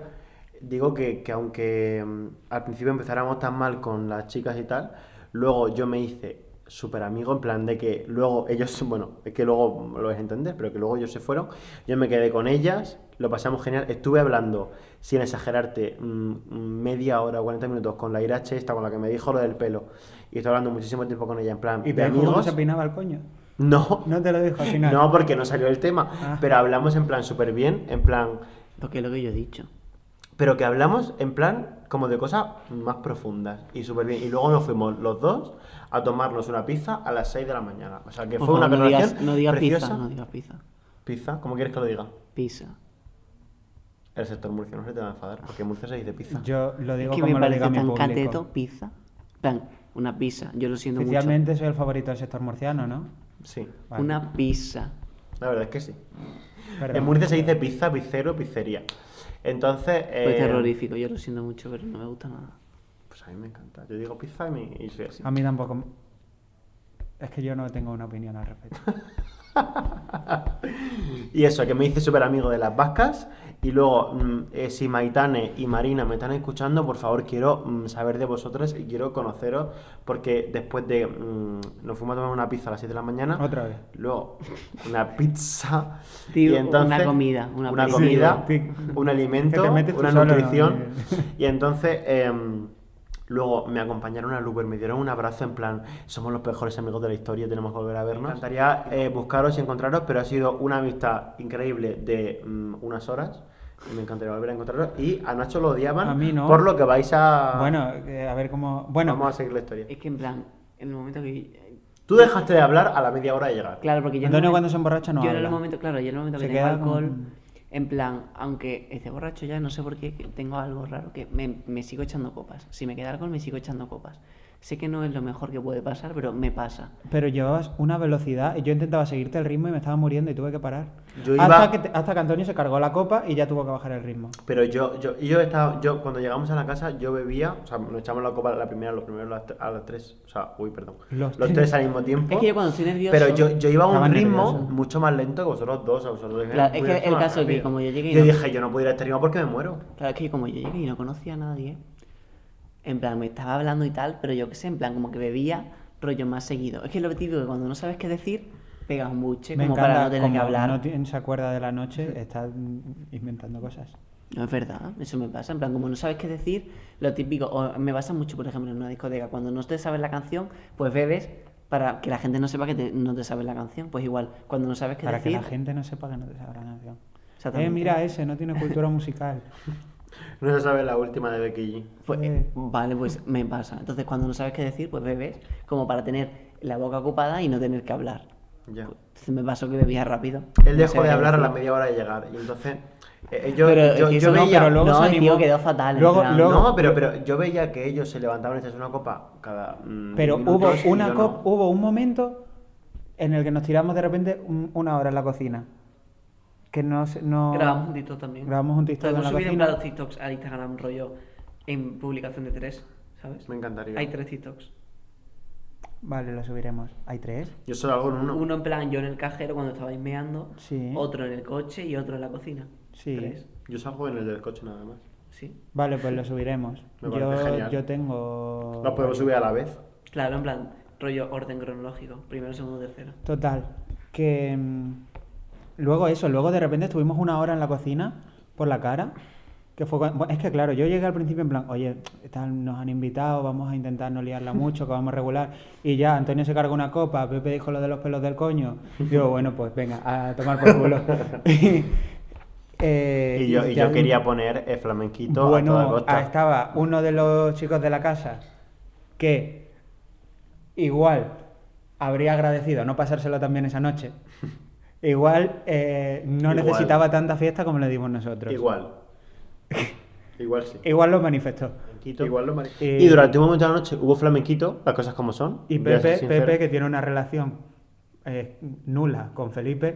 digo que, que aunque mm, al principio empezáramos tan mal con las chicas y tal, luego yo me hice súper amigo, en plan de que luego ellos, [laughs] bueno, es que luego lo vais a entender, pero que luego ellos se fueron, yo me quedé con ellas, lo pasamos genial, estuve hablando, sin exagerarte, mm, mm, media hora o 40 minutos con la Irache esta, con la que me dijo lo del pelo, y estoy hablando muchísimo tiempo con ella, en plan, ¿Y de te dijo cómo amigos, se peinaba el coño? no, No te lo dijo al final. no, porque no salió el tema. Ah. Pero hablamos en plan súper bien, en plan. Lo que es lo que yo he dicho. Pero que hablamos en plan como de cosas más profundas y súper bien. Y luego nos fuimos los dos a tomarnos una pizza a las 6 de la mañana. O sea que Por fue favor, una no digas, relación no digas preciosa. pizza, no digas pizza. Pizza, ¿cómo quieres que lo diga? Pizza. El sector murciano se te va a enfadar porque en Murcia se dice pizza. Yo lo digo es que me como lo diga parece mi tan público. cateto, pizza. En Plan, una pizza, yo lo siento mucho. Oficialmente soy el favorito del sector murciano, ¿no? Sí, Vale, Una pizza. la verdad es que sí. perdón. En Murcia se dice pizza, pizzero, pizzería. Entonces. Fue eh, Pues terrorífico, yo lo siento mucho, pero no me gusta nada. Pues a mí me encanta. Yo digo pizza y, me- y soy así. A mí tampoco. Es que yo no tengo una opinión al respecto. [laughs] Y eso, que me hice súper amigo de las vascas. Y luego, mm, eh, si Maitane y Marina me están escuchando, por favor, quiero mm, saber de vosotras y quiero conoceros. Porque después de. mm, nos fuimos a tomar una pizza a las 7 de la mañana. Otra vez. Luego, una pizza. Tío, y entonces, una comida, una pizza. comida, Sí, sí. un alimento, Es que te metes tú una [laughs] solo, ¿no? nutrición. Y entonces. em, Luego me acompañaron al Uber, me dieron un abrazo en plan, somos los mejores amigos de la historia, tenemos que volver a vernos. Me encantaría eh, buscaros y encontraros, pero ha sido una amistad increíble de mm, unas horas. Y me encantaría volver a encontraros. Y a Nacho lo odiaban A mí no. por lo que vais a... Bueno, eh, a ver cómo. Bueno, Ah. Vamos a seguir la historia. Es que en plan, en el momento que. eh, Tú dejaste de hablar a la media hora de llegar. Claro, porque yo. en el Antonio momento- cuando se emborracha no yo en el habla. momento, claro, yo en el momento que Se tengo queda alcohol, con- en plan, aunque esté borracho ya, no sé por qué, que tengo algo raro que me, me sigo echando copas. Si me queda alcohol, me sigo echando copas. Sé que no es lo mejor que puede pasar, pero me pasa. Pero llevabas una velocidad y yo intentaba seguirte el ritmo y me estaba muriendo y tuve que parar. Yo iba- hasta, que te- hasta que Antonio se cargó la copa y ya tuvo que bajar el ritmo. Pero yo, yo, yo estaba, yo cuando llegamos a la casa, yo bebía, o sea, nos echamos la copa la primera, los primeros a las tre- a las tres, o sea, uy, perdón, Los los, tres. tres al mismo tiempo. Es que yo cuando estoy nervioso. Pero yo, yo iba a un Estaba ritmo nervioso. mucho más lento que vosotros dos, a vosotros dos. Claro, es Muy que mucho el más caso es que rápido. como yo llegué y Yo no- dije, yo no puedo ir a este ritmo porque me muero. Claro, es que como yo llegué y no conocía a nadie, en plan, me estaba hablando y tal, pero yo qué sé, en plan, como que bebía rollo más seguido. Es que lo típico que cuando no sabes qué decir, pegas un buche me como encanta para no tener como que hablar. No ti- se acuerda de la noche, está mm, inventando cosas. No es verdad, eso me pasa. En plan, como no sabes qué decir, lo típico, o me pasa mucho, por ejemplo, en una discoteca, cuando no te sabes la canción, pues bebes para que la gente no sepa que te- no te sabes la canción. Pues igual, cuando no sabes qué Para que decir. la gente no sepa que no te sabe la canción. Eh, Exactamente. mira ese, no tiene cultura musical. [laughs] No se sabe la última de Becky G. Pues, Eh. Vale, pues me pasa. Entonces, cuando no sabes qué decir, pues bebes como para tener la boca ocupada y no tener que hablar. Ya. Pues, entonces me pasó que bebía rápido. Él No dejó sabía de qué hablar a la decir. media hora de llegar. Y entonces, eh, yo, Pero es yo, que yo eso no, veía. pero luego- No, se el animó. tío quedó fatal, en Luego, plan, luego- No, pero, pero yo veía que ellos se levantaban y se hacían una copa cada. mm, pero diez hubo, minutos y una yo cop- no. hubo un momento en el que nos tiramos de repente un- una hora en la cocina. Que no... se- no... Grabamos un TikTok también. Grabamos un TikTok Podemos en la subir en cocina. plan los TikToks al Instagram rollo en publicación de tres, ¿sabes? Me encantaría. Hay tres TikToks. Vale, lo subiremos. ¿Hay tres? Yo solo hago en uno. Uno en plan yo en el cajero cuando estabais meando, Sí. otro en el coche y otro en la cocina. Sí. Tres. Yo salgo en el del coche nada más. Sí. Vale, pues lo subiremos. Me parece Yo, genial. yo Oh, tengo... Los podemos subir a la vez. Claro, en plan rollo orden cronológico, primero, segundo, tercero. Total, que mm, luego eso, luego de repente estuvimos una hora en la cocina por la cara, que fue cuan- bueno, es que claro, yo llegué al principio en plan, oye, tal, nos han invitado, vamos a intentar no liarla mucho, que vamos a regular, y ya Antonio se cargó una copa, Pepe dijo lo de los pelos del coño, digo, bueno, pues venga, a tomar por [laughs] culo. [laughs] Eh, Y yo, y ya- yo quería poner el flamenquito a toda bueno, costa. ah, estaba uno de los chicos de la casa que igual habría agradecido no pasárselo también [laughs] esa noche. Igual eh, no Igual. necesitaba tanta fiesta como le dimos nosotros. Igual. Igual sí. Igual lo manifestó. Igual lo mare- Eh, Y durante un momento de la noche hubo flamenquito, las cosas como son. Y voy a ser Pepe, sincero. Pepe, que tiene una relación eh, nula [laughs] con Felipe,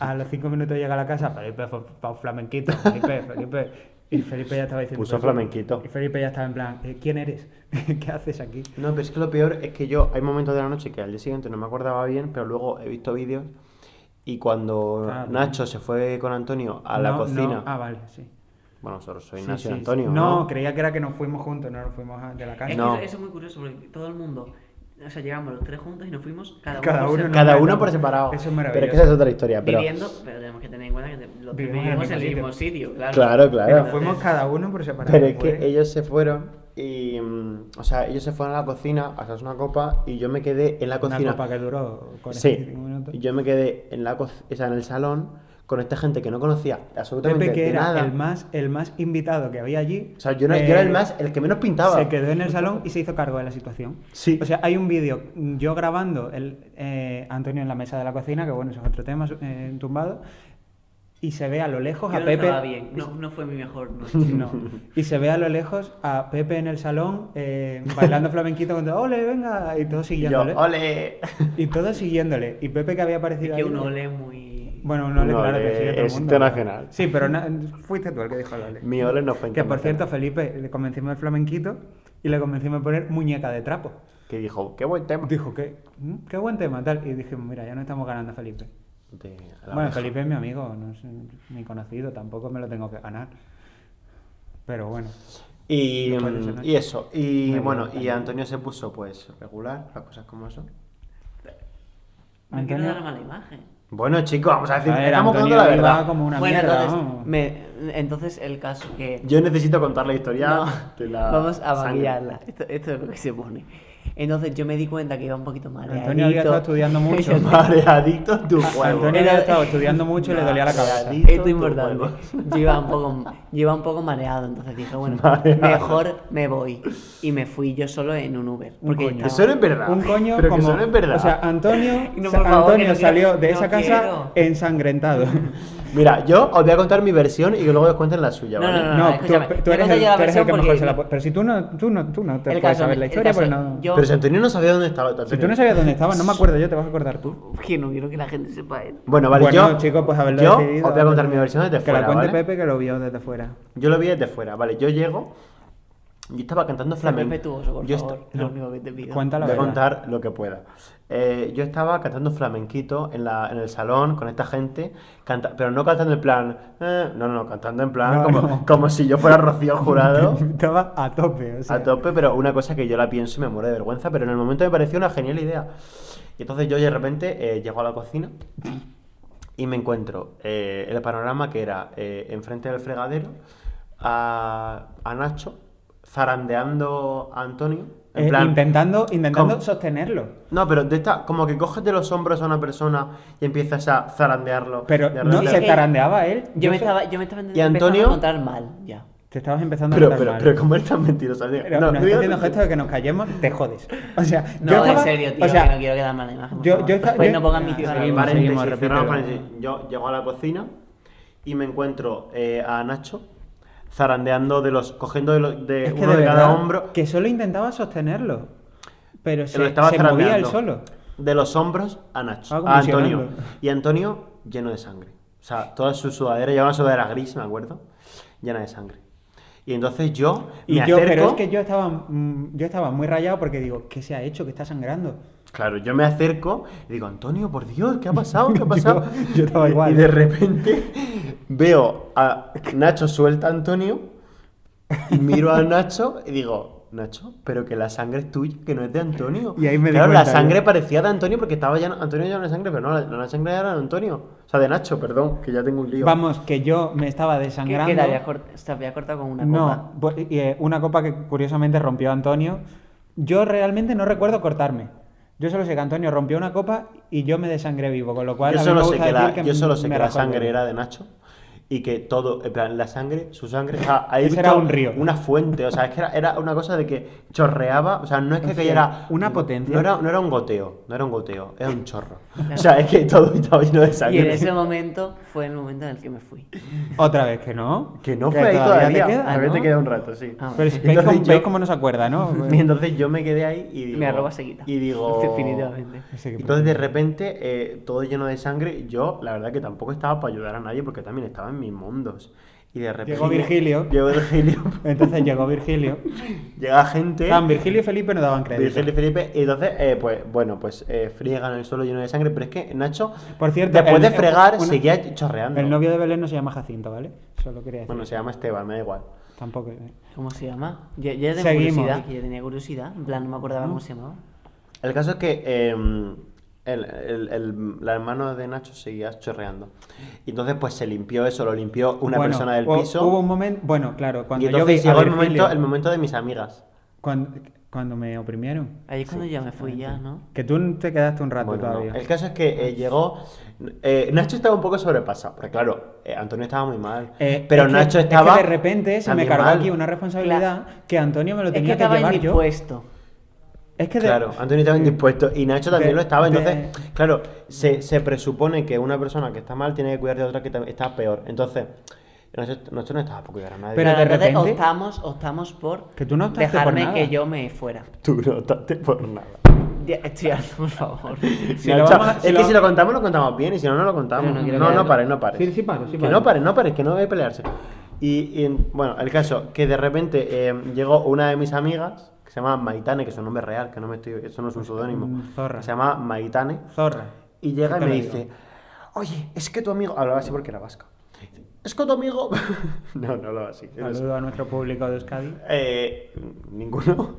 a los cinco minutos llega a la casa, Felipe, fue pa' un flamenquito, Felipe, Felipe. Y Felipe ya estaba diciendo... Puso "Pepe". flamenquito. Y Felipe ya estaba en plan, "Eh, ¿quién eres? [laughs] ¿Qué haces aquí? No, pero es que lo peor es que yo, hay momentos de la noche que al día siguiente no me acordaba bien, pero luego he visto vídeos. Y cuando Ah, bien. Nacho se fue con Antonio a la No, no, cocina. Ah, vale, sí. Bueno, solo soy Sí, Nacho sí, y sí. Antonio. No, ¿no? creía que era que nos fuimos juntos, no nos fuimos a- de la casa. Es No. que eso es muy curioso porque todo el mundo, o sea, llegamos los tres juntos y nos fuimos cada, Cada por uno separado. Cada no, uno no, por no. separado. Eso es Pero maravilloso. es que esa es otra historia. Pero... Viviendo, pero tenemos que tener en cuenta que te- los tres Vivimos en el vivimos en el mismo mismo sitio, claro. Claro, claro. Nos fuimos cada uno por separado. pues, Pero es fue- que ellos se fueron y. mm, O sea, ellos se fueron a la cocina a hacerse una copa y yo me quedé en la Una cocina. copa que duró 45 Sí. minutos. Y yo me quedé en la co- o sea, en el salón con esta gente que no conocía absolutamente Pepe, que de era nada. el más el más invitado que había allí. O sea, yo, no- yo eh, era el más, el que menos pintaba. Se quedó en el salón y se hizo cargo de la situación. Sí. O sea, hay un vídeo, mm, yo grabando el, eh, Antonio en la mesa de la cocina, que bueno, eso es otro tema, su- eh, tumbado, y se ve a lo lejos Yo a no Pepe. estaba bien, no, no fue mi [laughs] mejor noche. No. Y se ve a lo lejos a Pepe en el salón [laughs] eh, bailando flamenquito con todo, ole, venga, y todos Y yo, siguiéndole. ole. [laughs] y todos siguiéndole. Y Pepe que había aparecido Es que ahí- un ole muy... Bueno, un ole, Un claro, que ole sigue todo el es mundo. internacional. Sí, pero na- fuiste tú el que dijo el ole. Mi ole no fue Que por internacional. cierto, Felipe, le convencimos el flamenquito y le convencimos a poner muñeca de trapo. Que dijo, qué buen tema. Dijo que, "Mm, qué buen tema, tal. Y dijimos, mira, ya no estamos ganando a Felipe. De la Bueno, oreja. Felipe es mi amigo, no es mi conocido, tampoco me lo tengo que ganar. Pero bueno. Y, Después de mm, esa noche. y eso, y Me bueno, dio y pena. Antonio se puso pues regular, las cosas como eso. No quiero Antonio- dar mala imagen. Bueno, chicos, vamos a decir, A ver, estamos Antonio contando la iba verdad. como una bueno, mierda. entonces, vamos. me- entonces el caso que... Yo necesito contar la historia. No, de la vamos a sangre. [laughs] maquillarla. Esto, esto es lo que se pone. Entonces yo me di cuenta que iba un poquito mal. Antonio había estado [laughs] estudiando mucho. Mareadito en tu [laughs] huevo. Antonio Era- había estado estudiando mucho y le dolía la cabeza. Mareadito en Esto tu es importante. huevo. Yo iba un poco, yo iba un poco mareado, entonces dije, bueno, Mareado. mejor me voy. Y me fui yo solo en un Uber. Un Porque estaba- coño. Eso no es verdad. Un coño Pero como... que eso no es verdad. O sea, [laughs] Antonio, No, sa- por favor, Antonio que no quiero- salió de no esa casa quiero. ensangrentado. Mira, yo os voy a contar mi versión y que luego os cuenten la suya, No, ¿vale? no, no. [laughs] No, tú, escúchame, voy tú a eres contar el, yo la tú eres el versión que mejor porque- se la pu- Pero si tú no, tú no, tú no te El puedes caso, saber la el historia, caso, pues no. yo- Pero si Antonio no sabía dónde estaba. Si Antonio. tú no sabías dónde estaba, no me acuerdo yo, te vas a acordar tú. Uf, [laughs] que no quiero que la gente sepa eso. Bueno, vale, bueno, yo. chicos, pues haberlo yo decidido. os voy a contar Antonio. mi versión desde que fuera. la cuente ¿vale? Pepe, que lo vio desde fuera. Yo lo vi desde fuera, vale. Yo llego. Yo estaba cantando Sé flamenco. respetuoso, por yo esta- favor. es Lo único que te pido. Cuenta la Voy a verdad. contar lo que pueda. Eh, yo estaba cantando flamenquito en, la, en el salón con esta gente, canta- pero no cantando en plan. eh, no, no, no, cantando en plan No, como, no. como si yo fuera Rocío [laughs] Jurado. Estaba a tope, o sea. a tope, pero una cosa que yo la pienso y me muero de vergüenza, pero en el momento me pareció una genial idea. Y entonces yo de repente eh, llego a la cocina y me encuentro eh, el panorama que era eh, enfrente del fregadero a, a Nacho zarandeando a Antonio. En Eh, plan, intentando intentando ¿Cómo? sostenerlo. No, pero de esta, como que coges de los hombros a una persona y empiezas a zarandearlo. Pero de no repente. Es se que- zarandeaba él. Yo me sé- estaba, yo me estaba ¿Y empezando Antonio? a encontrar mal, ya. Te estabas empezando Pero, a tratar pero, mal. pero, ¿cómo es tan mentiroso? Diga- Pero no, diga- nos está haciendo gestos de que nos callemos, te jodes. O sea, No, yo en estaba- serio, tío, o sea, que no quiero quedar mala imagen. por yo- favor. yo estaba- Pues yo- no pongan mi Seguimos, cara. seguimos, Paréntesis, repítelo. cerramos paréntesis. Yo llego a la cocina y me encuentro eh, a Nacho zarandeando de los. cogiendo de, los- de es que uno de de, cada verdad, hombro. que solo intentaba sostenerlo. Pero lo se, estaba se movía él zarandeando. solo. Ah, De los hombros a Nacho. Estaba a Antonio. convulsionando. Y Antonio lleno de sangre. O sea, toda su sudadera, llevaba una sudadera gris, me acuerdo, llena de sangre. Y entonces yo Y me yo, acerco. pero es que yo estaba, mm, yo estaba muy rayado porque digo, ¿qué se ha hecho? ¿Qué está sangrando? Claro, yo me acerco y digo, Antonio, por Dios, ¿qué ha pasado? ¿Qué ha pasado? [laughs] Yo- yo estaba Y- igual. ¿eh? Y de repente veo a Nacho suelta a Antonio y miro a Nacho y digo, Nacho, pero que la sangre es tuya, que no es de Antonio. Y ahí me di Claro, la cuenta, ¿eh? sangre yo. parecía de Antonio porque estaba ya Antonio ya no sangre, pero no, la, la sangre era de Antonio. O sea, de Nacho, perdón, que ya tengo un lío. Vamos, que yo me estaba ¿Qué, desangrando. qué te, había cort- te había cortado con una copa? No, bu- y, eh, una copa que curiosamente rompió Antonio. Yo realmente no recuerdo cortarme. Yo solo sé que Antonio rompió una copa y yo me desangré vivo, con lo cual yo a mí solo me sé gusta que la, decir que yo solo sé me que la rajó el sangre dedo. era de Nacho y que todo, en plan, la sangre, su sangre, o sea, ahí he Ese era visto un río. Una fuente, o sea, es que era, era una cosa de que chorreaba, o sea, no es que O sea, cayera. una potencia. No era, no era un goteo, no era un goteo, era un chorro. O sea, es que todo estaba lleno de Y sangre. en ese momento fue el momento en el que me fui. Otra vez que no. Que no fue ahí te todavía, queda. Ah, todavía te ¿no? queda un rato, sí. Ah, Pero es- Y veis, entonces cómo, yo- veis cómo no se acuerda, ¿no? [laughs] Y entonces yo me quedé ahí y digo. Me arroba seguida. Y digo. [laughs] Definitivamente. Ese que- Entonces de repente, eh, todo lleno de sangre, yo la verdad que tampoco estaba para ayudar a nadie porque también estaba en mis mundos. Y de repente... Llegó Virgilio. [laughs] Llegó [laughs] Virgilio. Entonces llegó Virgilio. Llega gente. Tan Virgilio y Felipe no daban crédito. Virgilio y Felipe. Y entonces, eh, pues bueno, pues eh, friegan el suelo lleno de sangre. Pero es que Nacho, Por cierto, después el- de fregar, una- seguía chorreando. El novio de Belén no se llama Jacinto, ¿vale? Solo quería decir. Bueno, se llama Esteban, me da igual. Tampoco. eh. ¿Cómo se llama? Ya, ya tengo Seguimos. curiosidad, que yo tenía curiosidad. En plan, no me acordaba cómo se llamaba. El caso es que eh, el, el- el- la hermana de Nacho seguía chorreando. Y entonces, pues se limpió eso, lo limpió una Bueno, persona del hu- piso. Hubo un momento. Bueno, claro, y cuando yo vi entonces a llegó el Virgilio- momento, el momento de mis amigas. Cuando, cuando me oprimieron. Ahí es cuando ya me fui, ya, ¿no? Que tú te quedaste un rato Bueno, no. todavía. El caso es que eh, llegó. eh, Nacho estaba un poco sobrepasado, porque claro, eh, Antonio estaba muy mal. Eh, pero es que- Nacho es que estaba. de repente se me también cargó mal. aquí una responsabilidad que Antonio me lo Es que tenía que, estaba llevar yo. indispuesto. Es que de- Claro, Antonio estaba indispuesto y Nacho también de- lo estaba. Entonces, de- claro, se, se presupone que una persona que está mal tiene que cuidar de otra que ta- está peor. Entonces, Nacho, Nacho no estaba para cuidar a nadie. Pero Pero de entonces repente- optamos, optamos por Que tú no optaste por dejarme nada. que yo me fuera. [laughs] tú no optaste por nada. Ya, estoy harto, por [laughs] favor. Si Nacho, lo vamos a- es si que lo- si lo contamos, lo contamos bien y si no, no lo contamos. Pero no No, quiero no, quedarlo. pares, no pares. Sí, sí paro, sí que paro. no pares, no pares, que no voy a pelearse. Y, y en- bueno, el caso, que de repente eh, llegó una de mis amigas, que se llama Maitane, que es un nombre real, que no me estoy, eso no es un seudónimo. mm, zorra. que Se llama Maitane. Zorra. Y llega y Te me lo digo. dice, oye, es que tu amigo... Hablaba así porque era vasca. Es que tu amigo... [laughs] no, no hablaba así. era así. Saludo a nuestro público de Euskadi. Eh, [laughs] ninguno.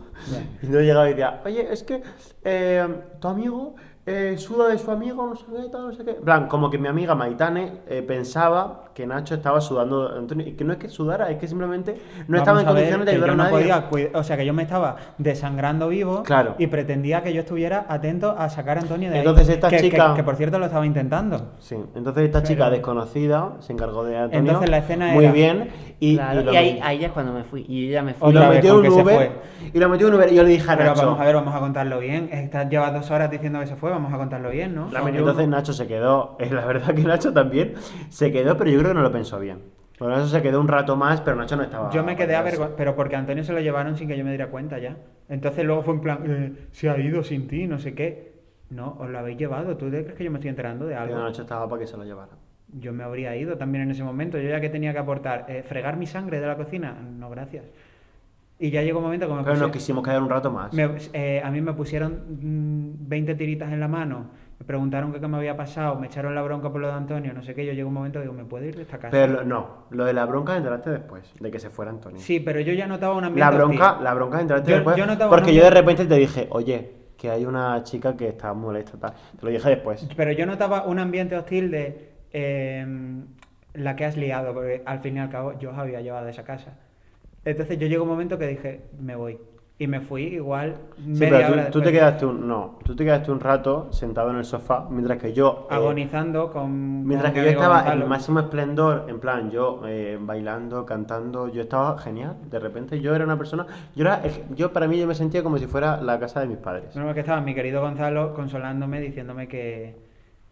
Y no llegaba y decía, oye, es que eh, tu amigo eh, suda de su amigo, no sé qué, tal, no sé qué. En plan, como que mi amiga Maitane eh, pensaba que Nacho estaba sudando de Antonio. Y que no es que sudara, es que simplemente no Vamos estaba en a ver, condiciones de que ayudar yo a no nadie. podía cuid- o sea, que yo me estaba desangrando vivo Claro. y pretendía que yo estuviera atento a sacar a Antonio de ahí. Entonces esta Que- que- chica- Que, por cierto lo estaba intentando. Sí, entonces esta chica Pero- desconocida se encargó de Antonio. Entonces la escena Muy era- bien. Y, Claro, y lo y ahí, metió- ahí ya es cuando me fui. Y yo ya me y fui. Otra lo vez, metió en con un que se Uber. Y lo metió en un Uber. Y yo le dije a Pero Nacho. vamos a ver, vamos a contarlo bien. Estás llevas dos horas diciendo que se fue, vamos a contarlo bien, ¿no? La verdad, entonces Nacho se quedó, [laughs] eh, la verdad que Nacho también se quedó, pero yo creo que no lo pensó bien. Por eso se quedó un rato más, pero Nacho no estaba. Yo me quedé para eso. avergonzado, pero porque a Antonio se lo llevaron sin que yo me diera cuenta ya. Entonces luego fue en plan, eh, se ha ido sin ti, no sé qué. No, os lo habéis llevado. ¿Tú te crees que yo me estoy enterando de Pero algo? Nacho estaba para que se lo llevara. Yo me habría ido también en ese momento. Yo ya que tenía que aportar, eh, fregar mi sangre de la cocina, no gracias. Y ya llegó un momento que me Pero nos puse- quisimos quedar un rato más. me- eh, a mí me pusieron mm, 20 tiritas en la mano, me preguntaron qué, qué me había pasado, me echaron la bronca por lo de Antonio, no sé qué. Yo llegó un momento que digo, ¿me puedo ir de esta casa? Pero lo- no, lo de la bronca entraste después, de que se fuera Antonio. Sí, pero yo ya notaba un la ambiente bronca, hostil. la bronca entraste Yo- después. yo notaba porque un yo de ambiente- repente te dije, oye, que hay una chica que está molesta, tal. Te lo dije después. Pero yo notaba un ambiente hostil de em, la que has liado, porque al fin y al cabo yo os había llevado a esa casa. Entonces yo llegó un momento que dije, me voy. Y me fui igual Sí, media pero hora tú- tú, te después, quedaste un. No, tú te quedaste un rato sentado en el sofá mientras que yo. eh, agonizando con... Mientras con que mi yo amigo estaba en Gonzalo. el máximo esplendor, en plan, yo eh, bailando, cantando, yo estaba genial. De repente yo era una persona, yo era, yo para mí yo me sentía como si fuera la casa de mis padres. Menos mal que estaba mi querido Gonzalo consolándome, diciéndome que,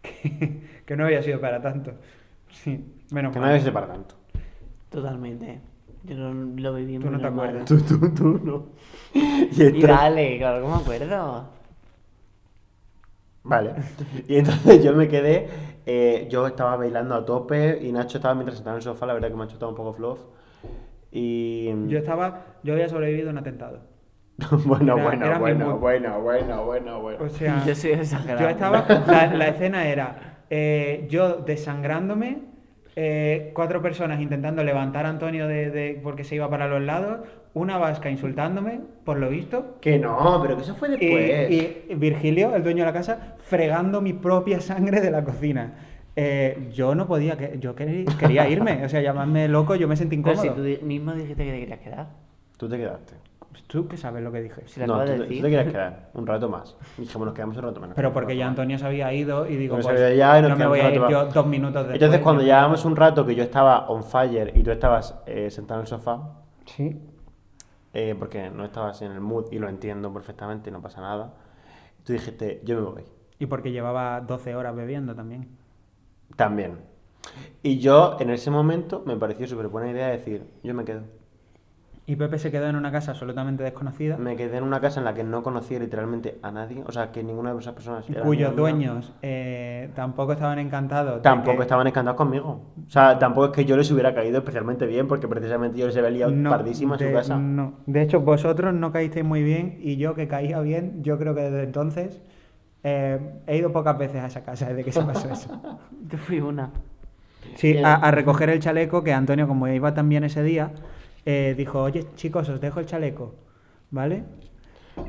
[laughs] que, que no había sido para tanto. Sí, menos Que mal. nadie se para tanto. [laughs] Totalmente. Yo lo, lo viví Tú no muy te normal. [laughs] acuerdas. Tú, tú, tú, no. Y Y entonces- dale, claro que me acuerdo. Vale. Y entonces yo me quedé, eh, yo estaba bailando a tope y Nacho estaba mientras sentado en el sofá, la verdad que Nacho estaba un poco flojo. Y... Yo estaba, yo había sobrevivido a un atentado. [laughs] bueno, era- bueno, era mi bueno, mood. bueno, bueno, bueno, bueno. [laughs] O sea, yo soy exagerado. yo estaba, la, la escena era eh, yo desangrándome, eh, cuatro personas intentando levantar a Antonio de, de- porque se iba para los lados, una vasca insultándome, por lo visto. Que no, pero que eso fue Y, después. y Virgilio, el dueño de la casa, fregando mi propia sangre de la cocina. Eh, yo no podía, que- yo querí- quería irme, o sea, llamarme loco, yo me sentí Pero si incómodo. tú di- mismo dijiste que te querías quedar. Tú te quedaste. Tú que sabes lo que dije. Si lo no, acabas tú, de te- decir. tú te querías [laughs] quedar un rato más. Dijimos, nos quedamos un rato menos. Pero porque ya Antonio se había ido y digo, Porque se pues, había ido y nos no me quedamos voy a otro ir lado. yo dos minutos después. Entonces, cuando yo- llevábamos un rato que yo estaba on fire y tú estabas eh, sentado en el sofá, Sí. eh, porque no estabas en el mood y lo entiendo perfectamente y no pasa nada, tú dijiste, yo me voy. Y porque llevaba 12 horas bebiendo también. También. Y yo, en ese momento, me pareció súper buena idea decir, yo me quedo. Y Pepe se quedó en una casa absolutamente desconocida, Me quedé en una casa en la que no conocía literalmente a nadie, o sea, que ninguna de esas personas. era mi cuyos amiga. dueños eh, tampoco estaban encantados. de Tampoco que- estaban encantados conmigo. O sea, tampoco es que yo les hubiera caído especialmente bien, porque precisamente yo les había liado No, pardísima en su de- casa. no. De hecho, vosotros no caísteis muy bien y yo que caía bien, yo creo que desde entonces eh, he ido pocas veces a esa casa desde que se pasó [laughs] eso. Yo fui una. Sí, Bien. a, a recoger el chaleco que Antonio, como iba también ese día, eh, dijo, oye chicos, os dejo el chaleco, ¿vale?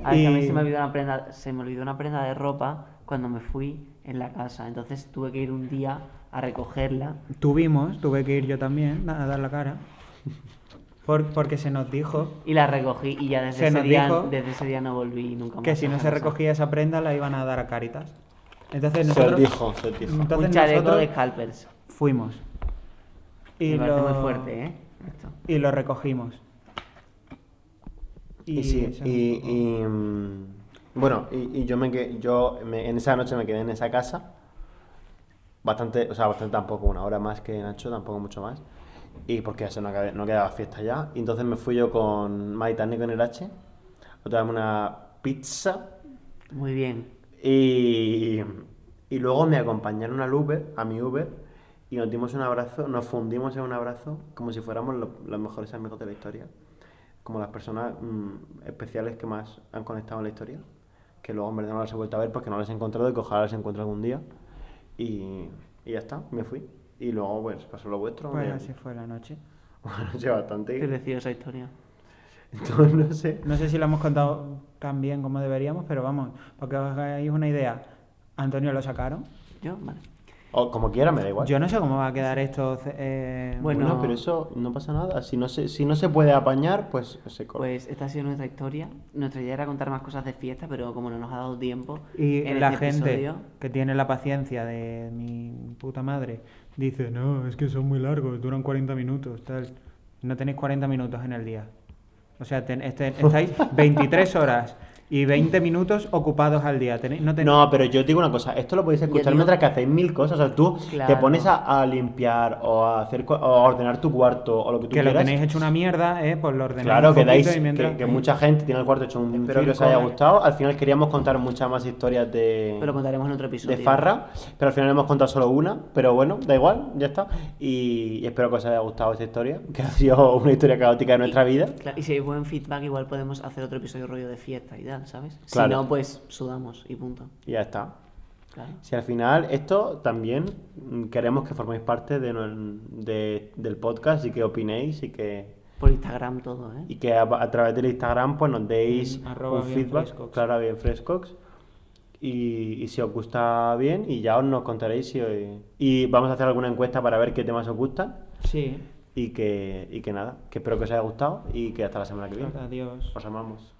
A ver, que a mí Y- se me, olvidó una prenda, se me olvidó una prenda de ropa cuando me fui en la casa. Entonces tuve que ir un día a recogerla. Tuvimos, tuve que ir yo también a dar [laughs] la cara. Por- porque se nos dijo Y la recogí y ya desde, Se ese nos día, dijo desde ese día no volví nunca más. que si a no esa se casa. recogía esa prenda la iban a dar a Caritas. Entonces Se os nosotros dijo, se os dijo. entonces un chaleco nosotros de scalpers. fuimos. me parece muy fuerte, ¿eh? Esto. Y lo recogimos. Y, sí, eso. y, y, mm, bueno, y, y yo me que yo me- en esa noche me quedé en esa casa. Bastante, o sea, bastante tampoco, una hora más que Nacho, tampoco mucho más. Y porque eso no, acabe- no quedaba fiesta ya. Y entonces me fui yo con Maitán y con el H. A tomarme una pizza. Muy bien. Y, y luego me acompañaron al Uber, a mi Uber, y nos dimos un abrazo, nos fundimos en un abrazo, como si fuéramos lo- los mejores amigos de la historia, como las personas mm, especiales que más han conectado en la historia, que luego en verdad no las he vuelto a ver porque no las he encontrado y que ojalá las encuentre algún día. Y, y ya está, me fui. Y luego, pues, pasó lo vuestro. Pues me- [laughs] así fue la noche. Una noche bastante. Qué preciosa historia. Entonces, no sé. No sé si lo hemos contado tan bien como deberíamos, pero vamos, para que os hagáis una idea. Antonio lo sacaron. Yo, vale. O como quiera, me da igual. Yo no sé cómo va a quedar esto. eh, Bueno, Bueno, pero eso no pasa nada. Si no se, si no se puede apañar, pues se corta. Pues esta ha sido nuestra historia. Nuestra idea era contar más cosas de fiesta, pero como no nos ha dado tiempo, Y en la este gente episodio- que tiene la paciencia de mi puta madre dice, no, es que son muy largos, duran 40 minutos, tal. No tenéis 40 minutos en el día. O sea, ten- [laughs] este- estáis 23 horas y 20 minutos ocupados al día. Tenéis- no tenéis- No, pero yo os digo una cosa, esto lo podéis Ya, escuchar tío. mientras que hacéis mil cosas. O sea, tú te Claro. pones a, a limpiar o a hacer co- o a ordenar tu cuarto o lo que tú que lo quieras. tenéis hecho una mierda, eh, pues lo ordenáis Claro, un que poquito dais, y mientras- que, que mucha gente tiene el cuarto hecho un Espero giro, que os haya coman. gustado. Al final queríamos contar muchas más historias de, Pero lo contaremos en otro episodio. de farra, pero al final hemos contado solo una, pero bueno, da igual, ya está. Y, y espero que os haya gustado esta historia, [laughs] que ha sido una historia caótica de nuestra vida. Claro, y si hay buen feedback, igual podemos hacer otro episodio rollo de fiesta y tal, ¿sabes? Claro. Si no, pues sudamos y punto. Y ya está. Claro. Si al final esto también mm, queremos que forméis parte de, no- de- del podcast y que opinéis y que, Por Instagram todo, ¿eh? y que a, a través del Instagram pues nos deis Mm, arroba un bien feedback, frescox. claro, bien frescox. Y, y si os gusta bien y ya os nos contaréis si os- y vamos a hacer alguna encuesta para ver qué temas os gustan Sí, y que, y que nada, que espero que os haya gustado y que hasta la semana que viene. adiós. Os amamos.